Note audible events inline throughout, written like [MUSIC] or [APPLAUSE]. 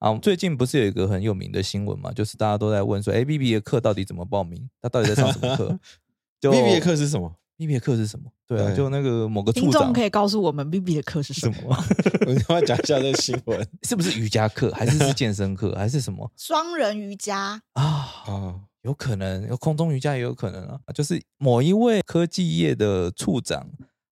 啊，最近不是有一个很有名的新闻嘛，就是大家都在问说，哎、b b 的课到底怎么报名？他到底在上什么 [LAUGHS] 课就 B B 的课是什么？ ，B B 的课是什么？对啊，对就那个某个听处众长可以告诉我们 B B 的课是什么？ [LAUGHS] 我们要讲一下这个新闻 [LAUGHS] 是不是瑜伽课，还是是健身课，还是什么双人瑜伽，啊？啊。有可能，有空中瑜伽也有可能啊。就是某一位科技业的处长，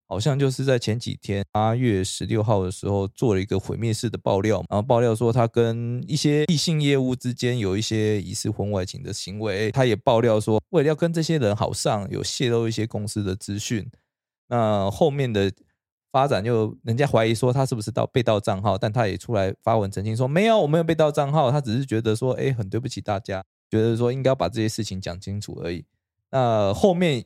好像就是在前几天八月十六号的时候做了一个毁灭式的爆料，然后爆料说他跟一些异性业务之间有一些疑似婚外情的行为。他也爆料说，为了要跟这些人好上，有泄露一些公司的资讯。那后面的发展就人家怀疑说他是不是盗被盗账号，但他也出来发文澄清说没有，我没有被盗账号，他只是觉得说，哎、很对不起大家，觉得说应该要把这些事情讲清楚而已。那后面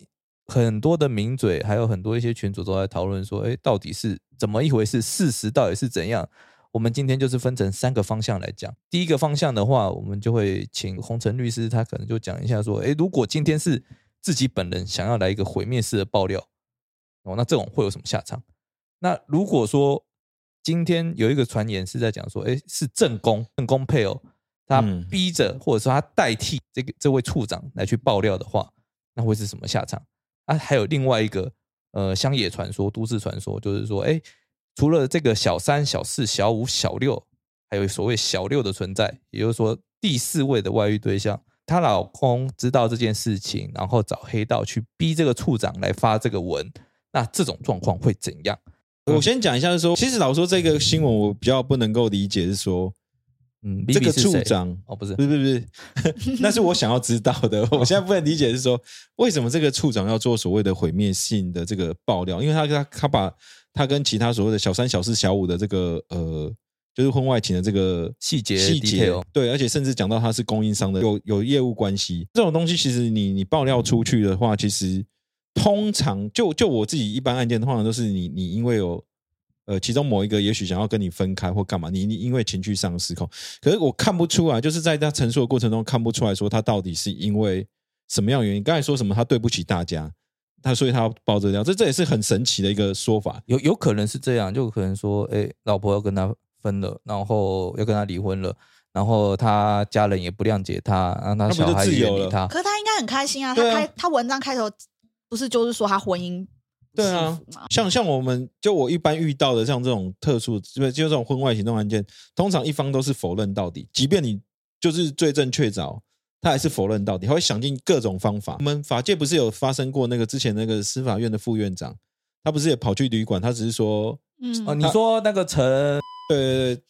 很多的名嘴，还有很多一些群主都在讨论说，哎、到底是怎么一回事？事实到底是怎样？我们今天就是分成三个方向来讲。第一个方向的话，我们就会请洪晨律师，他可能就讲一下说，诶，如果今天是自己本人想要来一个毁灭式的爆料，哦，那这种会有什么下场？那如果说今天有一个传言是在讲说，诶，是正宫正宫配偶，他嗯逼着、或者说他代替这个这位处长来去爆料的话，那会是什么下场？啊，还有另外一个呃乡野传说、都市传说，就是说，哎，除了这个小三、小四、小五、小六，还有所谓小六的存在，也就是说第四位的外遇对象，她老公知道这件事情，然后找黑道去逼这个处长来发这个文，那这种状况会怎样？ [LAUGHS] 我先讲一下，就是说，其实老实说这个新闻我比较不能够理解，是说嗯，这 BB 个是谁处长哦，不是不，是不是不 [LAUGHS] 是，那是我想要知道的。我现在不能理解是说，为什么这个处长要做所谓的毁灭性的这个爆料？因为他他他把他跟其他所谓的小三、小四、小五的这个呃，就是婚外情的这个细节细节 detail，对，而且甚至讲到他是供应商的有有业务关系这种东西，其实你你爆料出去的话，其实通常就就我自己一般案件，通常都是你你因为有。呃，其中某一个也许想要跟你分开或干嘛，你你因为情绪上失控，可是我看不出来，就是在他陈述的过程中看不出来说他到底是因为什么样的原因。刚才说什么他对不起大家，他所以他要包着料，这这也是很神奇的一个说法。有有可能是这样，就可能说，哎、老婆要跟他分了，然后要跟他离婚了，然后他家人也不谅解他，让他那不小就孩自也远由离哦了他。可是她应该很开心啊。她对啊开她文章开头不是就是说她婚姻对啊幸福吗，像像我们就我一般遇到的像这种特殊，就就这种婚外情这种案件，通常一方都是否认到底，即便你就是罪证确凿，他还是否认到底，他会想尽各种方法。我们法界不是有发生过那个之前那个司法院的副院长，他不是也跑去旅馆，他只是说，嗯哦，你说那个陈对对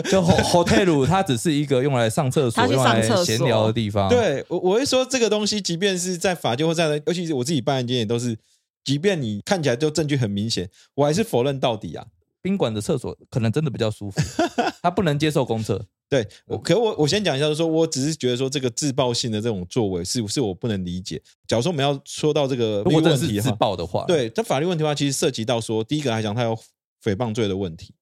对，就 hotel，它 [LAUGHS] 只是一个用来上厕所、他去用上来厕所闲聊的地方。，对我我会说这个东西，即便是在法界或在，尤其是我自己办案件也都是，即便你看起来就证据很明显，我还是否认到底啊。宾馆的厕所可能真的比较舒服， [LAUGHS] 他不能接受公厕。对，嗯我可我我先讲一下，就是说我只是觉得说这个自爆性的这种作为是是我不能理解。假如说我们要说到这个如法果真律的问是题的自话，爆的话，，对，它法律问题的话，其实涉及到说，第一个来讲，它有诽谤罪的问题，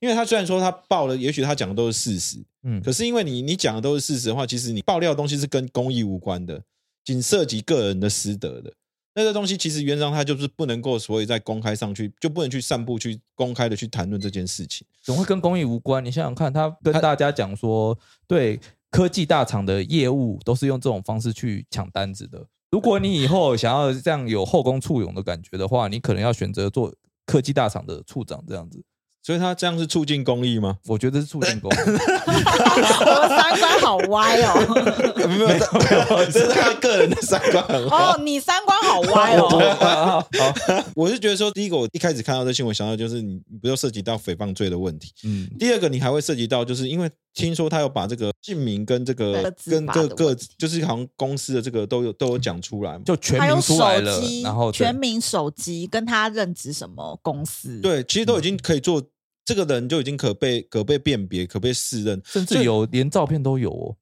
因为他虽然说他爆了，也许他讲的都是事实，嗯，可是因为你你讲的都是事实的话，其实你爆料的东西是跟公益无关的，仅涉及个人的私德的。那这东西其实原则上它就是不能够，所以在公开上去就不能去散布去公开的去谈论这件事情。总会跟公益无关。你想想看，他跟大家讲说，对科技大厂的业务都是用这种方式去抢单子的。如果你以后想要这样有后宫簇拥的感觉的话，你可能要选择做科技大厂的处长这样子。所以他这样是促进公益吗？我觉得是促 [LAUGHS] 进公益。啊我们三观好歪 [LAUGHS] 哦。没有，没 [LAUGHS] 有，这是他个人的三观很好。哦，你三观好歪我哦。好好我是觉得说，第一个，我一开始看到这新闻，想到就是你，你不就涉及到诽谤罪的问题；嗯，第二个，你还会涉及到，就是因为听说他有把这个姓名跟这个对跟自拔各的个，问题就是好像公司的这个都有都有讲出来嘛。就全还有民手出来了，机然后，对全民手机跟她任职什么公司？，对，其实都已经可以做这个人就已经可被可被辨别、可被识认。甚至有连照片都有哦，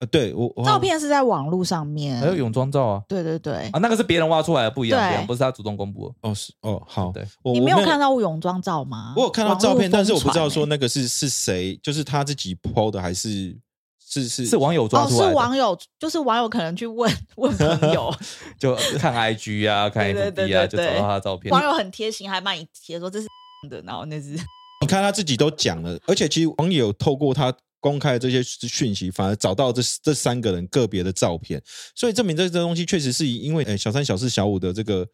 呃，对我我好照片是在网络上面还，有泳装照啊对对对，啊，那个是别人挖出来的，不一样，嗯对不一样，不是他主动公布的。哦是哦好，对，我你我没有看到泳装照吗？我有看到照片，网络疯但是我不知道传说欸那个是是谁，就是他自己 PO 的还是是是是网友抓哦，出来是的，网友，就是网友可能去问问朋友，就看 IG [LAUGHS] 啊，看对 FB 对啊，对对就找到他的照片。网友很贴心，还帮你贴说这是 [LAUGHS] 的，然后那是你看他自己都讲了，而且其实网友透过他公开的这些讯息，反而找到这这三个人个别的照片，所以证明这这东西确实是因为、诶小三、小四、小五的这个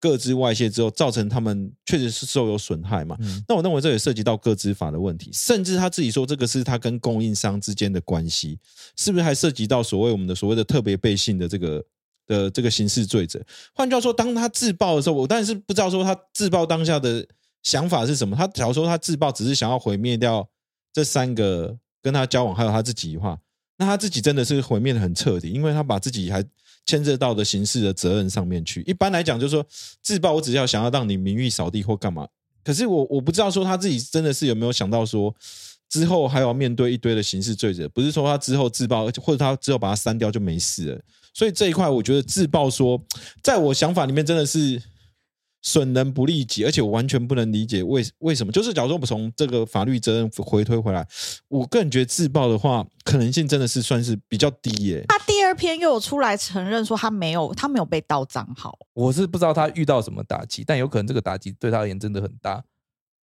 各自外泄之后，造成他们确实是受有损害嘛。嗯那我认为这也涉及到各资法的问题，甚至他自己说这个是他跟供应商之间的关系，是不是还涉及到所谓我们的所谓的特别背信的这个的这个刑事罪责？换句话说，当他自爆的时候，我当然是不知道说他自爆当下的想法是什么。他假如说他自爆只是想要毁灭掉这三个跟他交往还有他自己的话，那他自己真的是毁灭的很彻底，因为他把自己还牵涉到的刑事的责任上面去。一般来讲，就是说自爆，我只是要想要让你名誉扫地或干嘛。可是我我不知道说他自己真的是有没有想到说之后还要面对一堆的刑事罪责，不是说他之后自爆或者他之后把他删掉就没事了。所以这一块，我觉得自爆说，在我想法里面真的是损人不利己，而且我完全不能理解为为什么。就是假如说我们从这个法律责任回推回来，我个人觉得自爆的话，可能性真的是算是比较低耶、 [LAUGHS] 他第二篇又有出来承认说他没有，他没有被盗账号，我是不知道他遇到什么打击，但有可能这个打击对他而言真的很大。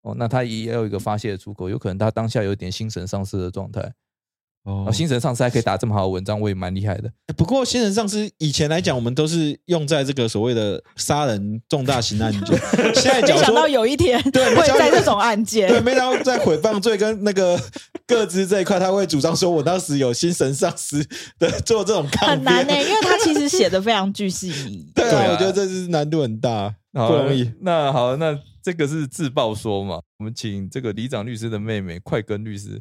哦，那他也有一个发泄的出口，有可能他当下有点精神丧失的状态。哦哦，精神丧失还可以打这么好的文章，我也蛮厉害的。不过新人上司以前来讲，我们都是用在这个所谓的杀人重大刑案 [LAUGHS] 件，现在没讲想说到有一天对没会想到在这种案件对，。没想到在诽谤罪跟那个各自这一块，他会主张说我当时有精神丧失的做这种抗很难呢、欸辩。因为他其实写的非常具细迷对对啊，啊我觉得这是难度很大，不好容易。。那好，那这个是自曝说嘛？我们请这个李长律师的妹妹快跟律师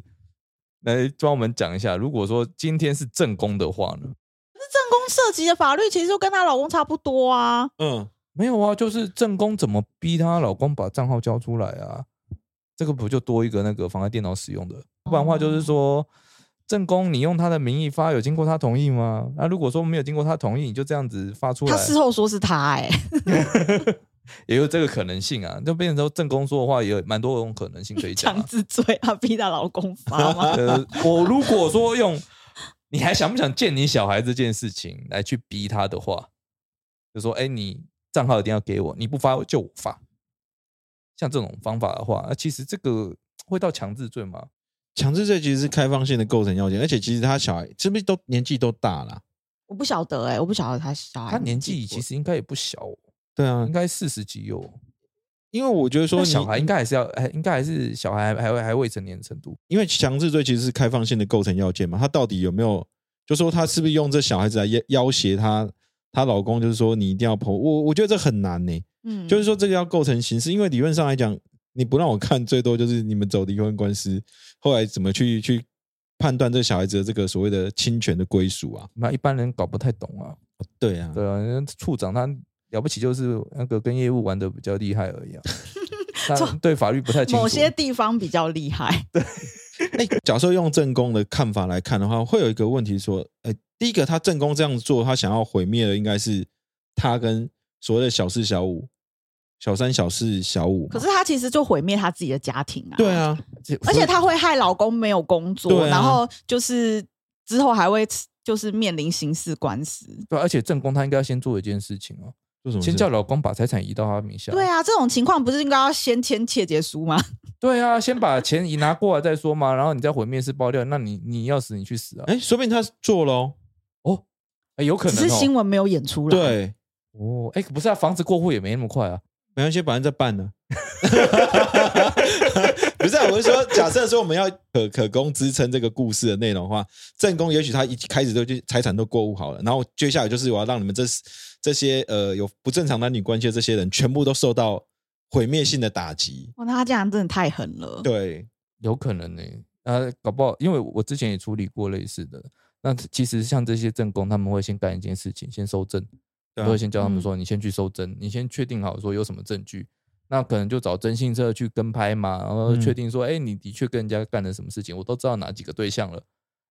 来帮我们讲一下，如果说今天是正宫的话呢？正宫涉及的法律其实就跟她老公差不多啊，嗯，没有啊，就是正宫怎么逼她老公把账号交出来啊？这个不就多一个那个妨碍电脑使用的？不然的话就是说，正宫你用他的名义发，有经过他同意吗？那、如果说没有经过他同意，你就这样子发出来她，事后说是她哎、也有这个可能性啊。就变成说正宫说的话，也有蛮多种可能性可以讲、强啊。制罪啊，逼她老公 [LAUGHS] 发吗？呃，我如果说用，你还想不想见你小孩这件事情来去逼他的话，就说，哎、你账号一定要给我，你不发就我发。像这种方法的话，啊、其实这个会到强制罪吗？强制罪其实是开放性的构成要件，而且其实他小孩是不是都年纪都大了？我不晓得哎、我不晓得她小孩他年纪其实实应该也不小、哦，对啊应，该四十几有、哦。因为我觉得说那你小孩应该还是要，还应该还是小孩还还还还未成年的程度。因为强制罪其实是开放性的构成要件嘛，他到底有没有，就说他是不是用这小孩子来要要挟她她老公，就是说你一定要剖我，我觉得这很难欸呢、嗯就是说这个要构成刑事，因为理论上来讲，你不让我看，最多就是你们走离婚官司，后来怎么去去判断这小孩子的这个所谓的侵权的归属啊？那一般人搞不太懂啊，对啊，对啊，人家处长他了不起就是那个跟业务玩的比较厉害而已啊，他对法律不太清楚。某些地方比较厉害，哎、假设用正宫的看法来看的话，会有一个问题说，哎、第一个他正宫这样做，他想要毁灭的应该是他跟所谓的小四、小五、小三、小四、小五嘛。可是她其实就毁灭她自己的家庭啊。对，啊，而且她会害老公没有工作，对啊然后就是之后还会就是面临刑事官司。对啊，而且正宫他应该要先做一件事情哦，做什么事？先叫老公把财产移到他名下。对啊，这种情况不是应该要先签切结书吗？对啊，先把钱移拿过来再说嘛，然后你再毁灭式爆料，那你你要死你去死啊！哎、说不定他做了、哦。哦，哎有可只能是新哦。闻没有演出来。，对，哦，哎，不是啊，房子过户也没那么快啊。没关系，反正在办呢。 [LAUGHS] 不是、啊，我是说，假设说我们要可可供支撑这个故事的内容的话，正宫也许他一开始都就财产都过户好了，然后接下来就是我要让你们这这些呃有不正常男女关系的这些人，全部都受到毁灭性的打击。哇，那他这样真的太狠了。对，有可能呢、呃，搞不好，因为我之前也处理过类似的。那其实像这些正宫，他们会先干一件事情，先收证，对啊嗯都会先叫他们说，你先去收证，你先确定好说有什么证据，那可能就找征信社去跟拍嘛，然后嗯确定说，哎、你的确跟人家干了什么事情，我都知道哪几个对象了，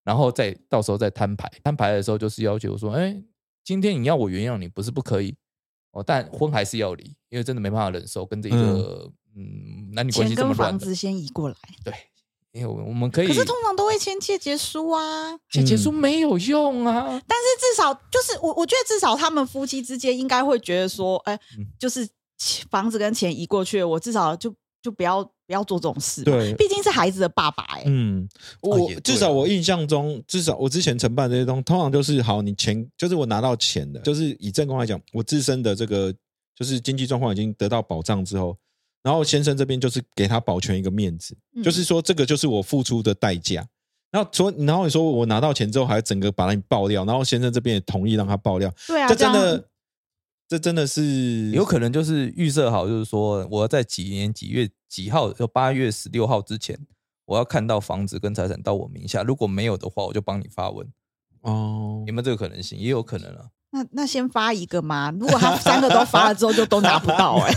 然后再到时候再摊牌。摊牌的时候就是要求说，哎、今天你要我原谅你，不是不可以哦，但婚还是要离，因为真的没办法忍受跟这一个嗯男女关钱系这么跟乱房的子，先移过来，因为我们我们可以可是嗯通常都会签借结书啊。姐姐说没有用啊，但是至少就是我，我觉得至少他们夫妻之间应该会觉得说，哎、嗯就是钱房子跟钱移过去，我至少就就不要不要做这种事嘛。对毕竟是孩子的爸爸、哎、嗯，哦我也对至少我印象中，至少我之前承办这些东，通常就是好，你钱就是我拿到钱的，就是以正宫来讲，我自身的这个就是经济状况已经得到保障之后，然后先生这边就是给他保全一个面子，嗯就是说这个就是我付出的代价。然后说，然后你说我拿到钱之后还整个把你爆料，然后先生这边也同意让他爆料，对啊，这真样的，这真的是有可能就是预设好，就是说我要在几年几月几号，就八月十六号之前，我要看到房子跟财产到我名下。如果没有的话，我就帮你发文，哦有，没有这个可能性？也有可能啊。那那先发一个嘛，如果他三个都发了之后，就都拿不到哎、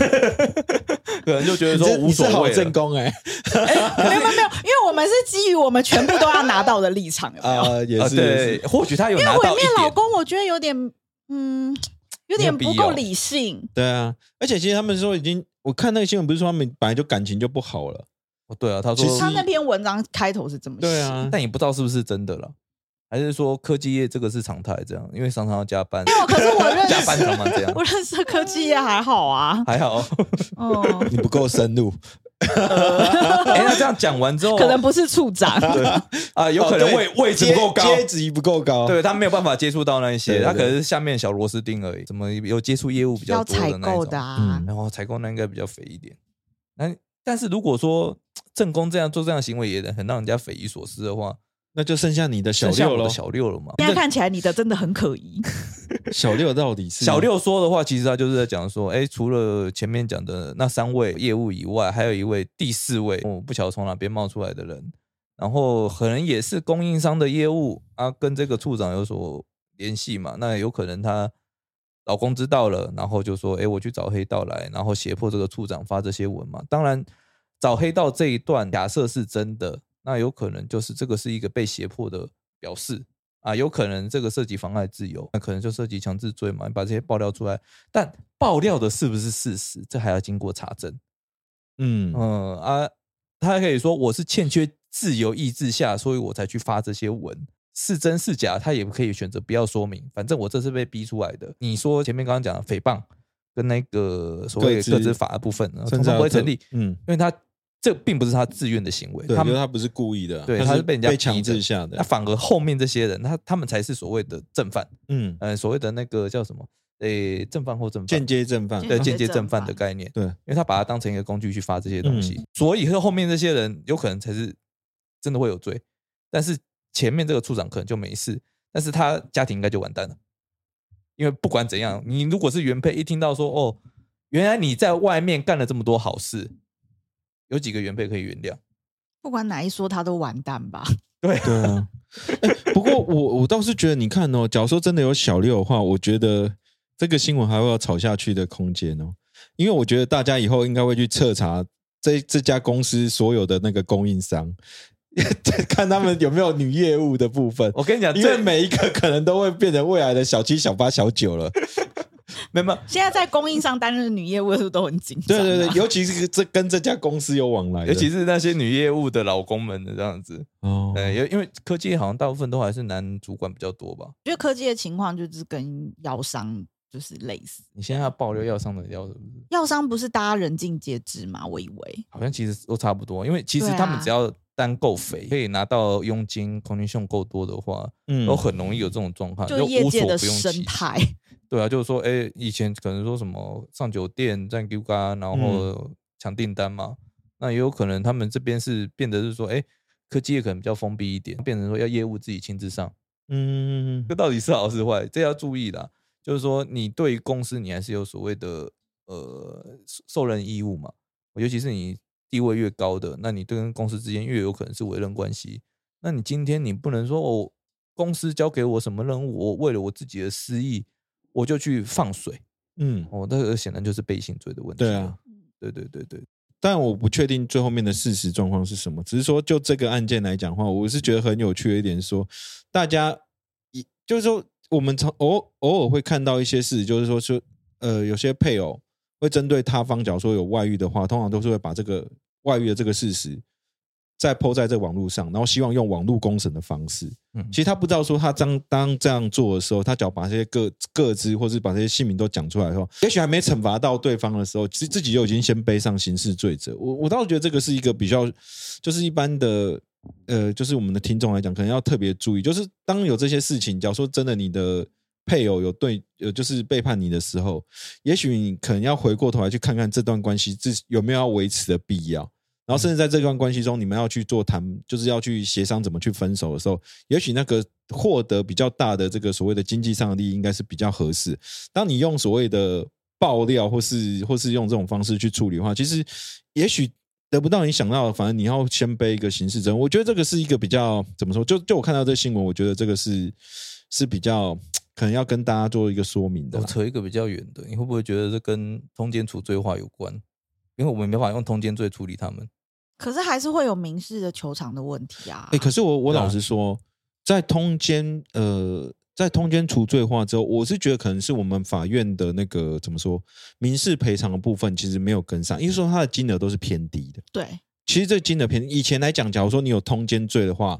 可能就觉得你说这无你是所好谓正了。宫哎、 [LAUGHS] 没有没有没有，因为我们是基于我们全部都要拿到的立场，有没有？ [LAUGHS] 啊、[LAUGHS] 也啊，是也是对，或许他有拿毁到一灭老点，公，我觉得有点嗯，有点没有不必要够理性。对啊，而且其实他们说已经，我看那个新闻不是说他们本来就感情就不好了，哦对啊，他其实说他，那篇文章开头是这么写，对啊，但也不知道是不是真的了，还是说科技业这个是常态这样，因为常常要加班，没哦有，可是我认 [LAUGHS] 加班识常常这样我，认识的科技业还 [LAUGHS] 好啊，还好。嗯，你不够深入，哎，那这样讲完之后，可能不是处长，啊， [LAUGHS] 有可哦能对位位置不够高，阶阶级不够高，对他没有办法接触到那一些，哦对对他可能是下面小螺丝钉而已。怎么有接触业 [LAUGHS] 务比较要多采那一购种？的啊嗯，然后采购那应该比较肥一点。那但是如果说正宫这样做这样的行为也很让人家匪夷所思的话，那就剩下你的小剩下六我了的。小六了嘛？ [LAUGHS] 现在看起来你的真的很可疑， [LAUGHS] 小六到底 [LAUGHS] 是小六说的话，其实他就是在讲说，哎，除了前面讲的那三位业务以外，还有一位第四位，我不晓得从哪边冒出来的人，然后可能也是供应商的业务啊，跟这个处长有所联系嘛。那有可能她老公知道了，然后就说，哎，我去找黑道来，然后胁迫这个处长发这些文嘛。当然，找黑道这一段假设是真的，那有可能就是这个是一个被胁迫的表示。啊，有可能这个涉及妨碍自由，那可能就涉及强制罪嘛，你把这些爆料出来，但爆料的是不是事实，这还要经过查证。嗯嗯啊，他还可以说我是欠缺自由意志下，所以我才去发这些文，是真是假，他也可以选择不要说明，反正我这是被逼出来的。你说前面刚刚讲的诽谤跟那个所谓各自个资法的部分，呃甚通至通还不有会特成立，嗯，因为他这并不是他自愿的行为，对，他因们为他不是故意的，对他他是是被人家被强逼的制下的那，反而后面这些人，他他们才是所谓的正犯。嗯，呃，所谓的那个叫什么？诶，正犯或正间犯，接正犯，嗯对间间接接正正犯犯的概念，对嗯因为他把它当成一个工具去发这些东西，所以后面这些人有可能才是真的会有罪，但是前面这个处长可能就没事，但是他家庭应该就完蛋了，因为不管怎样，你如果是原配，一听到说哦，原来你在外面干了这么多好事，有几个原配可以原谅？不管哪一说他都完蛋吧。 [LAUGHS] 对啊。哎不过我我倒是觉得，你看哦，假如说真的有小六的话，我觉得这个新闻还会有吵下去的空间哦，因为我觉得大家以后应该会去彻查这这家公司所有的那个供应商， [LAUGHS] 看他们有没有女业务的部分。我跟你讲，因为哦这每一个可能都会变成未来的小七、小八、小九了。没没现在在供应上担任的女业务是不是都很紧张对啊？ [LAUGHS] 对对，尤其是这跟这家公司有往来尤的，其是那些女业务的老公们的这样子，哦，对，因为因为科技业好像大部分都还是男主管比较多吧。我觉得科技的情况就是跟药商就是类似，你现在要爆嗯料要上的料是不是？药商不是大家人尽皆知嘛？我以为好像其实都差不多，因为其实对啊他们只要单够肥，可以拿到佣金、空间胸够多的话，嗯都很容易有这种啊状况，就业无所界不的用其生极。态，对啊，就是说，哎、以前可能说什么上酒店占 Q 嘎，然嗯后抢订单嘛，那也有可能他们这边是变得是说，哎、科技业可能比较封闭一点，变成说要业务自己亲自上。嗯这到底是好是坏，这要注意啦。就是说，你对于公司，你还是有所谓的呃受受任义务嘛。尤其是你地位越高的，那你对跟公司之间越有可能是委任关系。那你今天你不能说我、哦、公司交给我什么任务，我为了我自己的私益，我就去放水嗯，哦，那个显然就是背信罪的问题。对啊，对对对对，但我不确定最后面的事实状况是什么，只是说就这个案件来讲的话，我是觉得很有趣的一点说，大家一就是说我们常偶偶尔会看到一些事，就是说是呃有些配偶会针对他方，假如说有外遇的话，通常都是会把这个外遇的这个事实再抛在这网络上，然后希望用网络公审的方式。嗯其实他不知道说他当当这样做的时候，他只要把这些各各自或是把这些姓名都讲出来的话，也许还没惩罚到对方的时候，自自己就已经先背上刑事罪责。我我倒是觉得这个是一个比较，就是一般的。呃，就是我们的听众来讲，可能要特别注意，就是当有这些事情，假如说真的你的配偶有对呃，就是背叛你的时候，也许你可能要回过头来去看看这段关系自有没有要维持的必要。然后甚至在这段关系中，你们要去做谈，就是要去协商怎么去分手的时候，也许那个获得比较大的这个所谓的经济上的利益，应该是比较合适。当你用所谓的爆料，或是或是用这种方式去处理的话，其实也许得不到你想要的，反正你要先背一个刑事责任。我觉得这个是一个比较怎么说？就就我看到这新闻，我觉得这个是是比较可能要跟大家做一个说明的我啦。扯一个比较远的，你会不会觉得这跟通奸处罪化有关？因为我们没办法用通奸罪处理他们。可是还是会有民事的球场的问题啊。哎、可是我我对啊老实说，在通奸呃，在通奸除罪化之后，我是觉得可能是我们法院的那个怎么说，民事赔偿的部分其实没有跟上，因为说它的金额都是偏低的。对，其实这个金额偏，以前来讲，假如说你有通奸罪的话，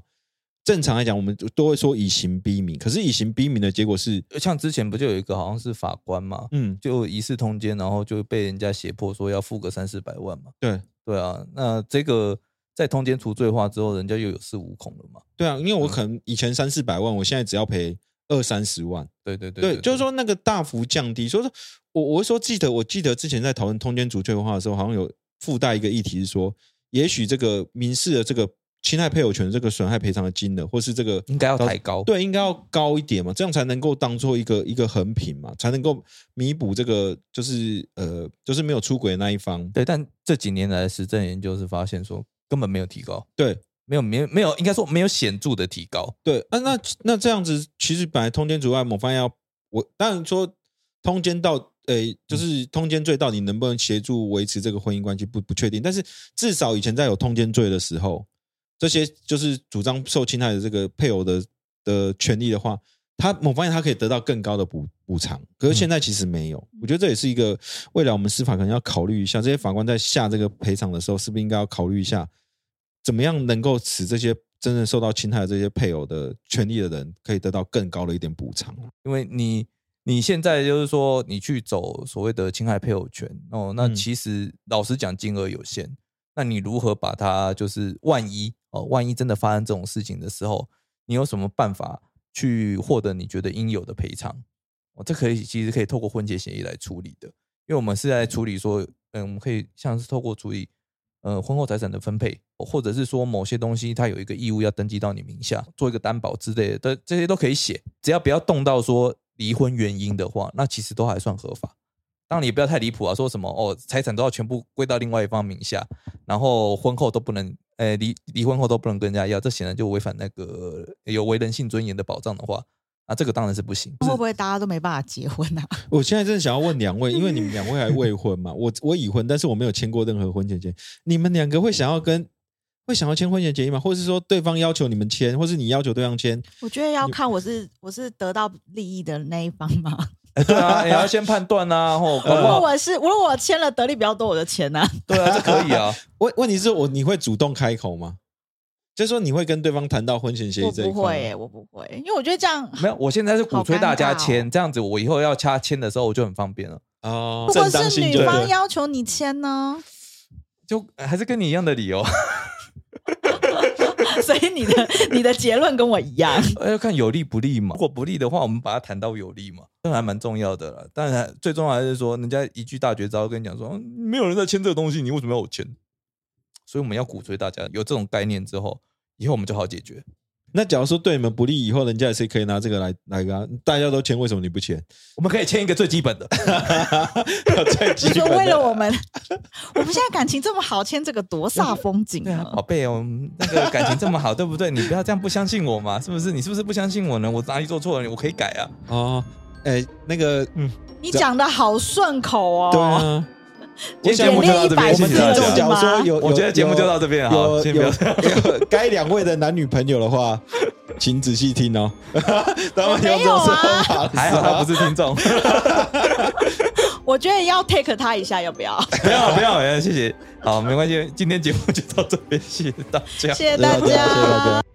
正常来讲我们都会说以刑逼民，可是以刑逼民的结果是，像之前不就有一个好像是法官嘛，嗯，就疑似通奸，然后就被人家胁迫说要付个三四百万嘛。对对啊，那这个在通奸除罪化之后，人家又有恃无恐了嘛。对啊，嗯因为我可能以前三四百万，我现在只要赔二三十万。对对对对，就是说那个大幅降低。所以说我我是说记得，我记得之前在讨论通奸除罪化的时候，好像有附带一个议题是说，也许这个民事的这个侵害配偶权的这个损害赔偿的金额，或是这个应该要抬高。对，应该要高一点嘛，这样才能够当做一个一个横平嘛，才能够弥补这个就是呃就是没有出轨的那一方。对，但这几年来的实证研究是发现说根本没有提高，对没有没有没有，应该说没有显著的提高。对，啊、那那这样子，其实本来通奸除外，某方要我当然说通奸到呃，就是通奸罪到底能不能协助维持这个婚姻关系不不确定，但是至少以前在有通奸罪的时候，这些就是主张受侵害的这个配偶的的权利的话，他某方面他可以得到更高的补补偿，可是现在其实没有，我觉得这也是一个未来我们司法可能要考虑一下，这些法官在下这个赔偿的时候，是不是应该要考虑一下，怎么样能够使这些真正受到侵害的这些配偶的权利的人，可以得到更高的一点补偿啊？因为你你现在就是说你去走所谓的侵害配偶权哦，那嗯其实老实讲金额有限，那你如何把它就是万一哦，万一真的发生这种事情的时候，你有什么办法去获得你觉得应有的赔偿？哦，这可以其实可以透过婚前协议来处理的，因为我们是在处理说，嗯，我们可以像是透过处理。呃，婚后财产的分配，哦或者是说某些东西，它有一个义务要登记到你名下，做一个担保之类的，这这些都可以写，只要不要动到说离婚原因的话，那其实都还算合法。当然，也不要太离谱啊，说什么哦，财产都要全部归到另外一方名下，然后婚后都不能，呃，离离婚后都不能跟人家要，这显然就违反那个呃有违人性尊严的保障的话，啊，这个当然是不行。会不会大家都没办法结婚啊？ [LAUGHS] 我现在真的想要问两位，因为你们两位还未婚嘛，我我已婚，但是我没有签过任何婚前协议。你们两个会想要跟会想要签婚前协议吗？或是说对方要求你们签，或是你要求对方签？我觉得要看我是我是得到利益的那一方 [LAUGHS] 嘛。哎对啊，也要先判断啊，吼，搞呃如不果好我是，如果我签了得利比较多，我就签啊。对啊，这可以 [LAUGHS] 啊。问问题是我你会主动开口吗？就是说你会跟对方谈到婚前协议我这一不块吗？啊会、耶，我不会，因为我觉得这样，没有，我现在是鼓吹大家好尴尬哦签，这样子我以后要掐签的时候我就很方便了，哦，如果正当是性女就方对。要求你签呢， [LAUGHS] 就呃还是跟你一样的理由， [LAUGHS] 所以你的你的结论跟我一样。要看有利不利嘛。如果不利的话，我们把它谈到有利嘛，这还蛮重要的了。当然，最重要还是说，人家一句大绝招跟你讲说，嗯没有人在签这个东西，你为什么要我签？所以我们要鼓吹大家有这种概念之后，以后我们就好解决。那假如说对你们不利，以后人家也是可以拿这个来来跟他大家都签，为什么你不签？ [LAUGHS] 我们可以签一个最基本的，最就基说本为了的。我们，我们现在感情这么好，签这个多煞风景对啊，啊！宝贝 [LAUGHS] 哦，我们那个感情这么好，对不对？你不要这样不相信我嘛，是不是？你是不是不相信我呢？我哪里做错了？我可以改啊。哦，哎，那个，嗯，你讲的好顺口对哦，啊，我今想天节目就到这边，我谢谢们听大众家假。如说有，我有觉得节目就到这边了啊好有先不有要有该两位的男女朋友的话，请仔细听哦。 [LAUGHS] 他们有这种啊说法的时候，还好 [LAUGHS] 他不是听众，我觉得要 take 他一下，要不要？哎不要哎不要，谢谢。好，没关系，今天节目就到这边，谢谢大家，谢谢对大啊对啊谢谢大家家。。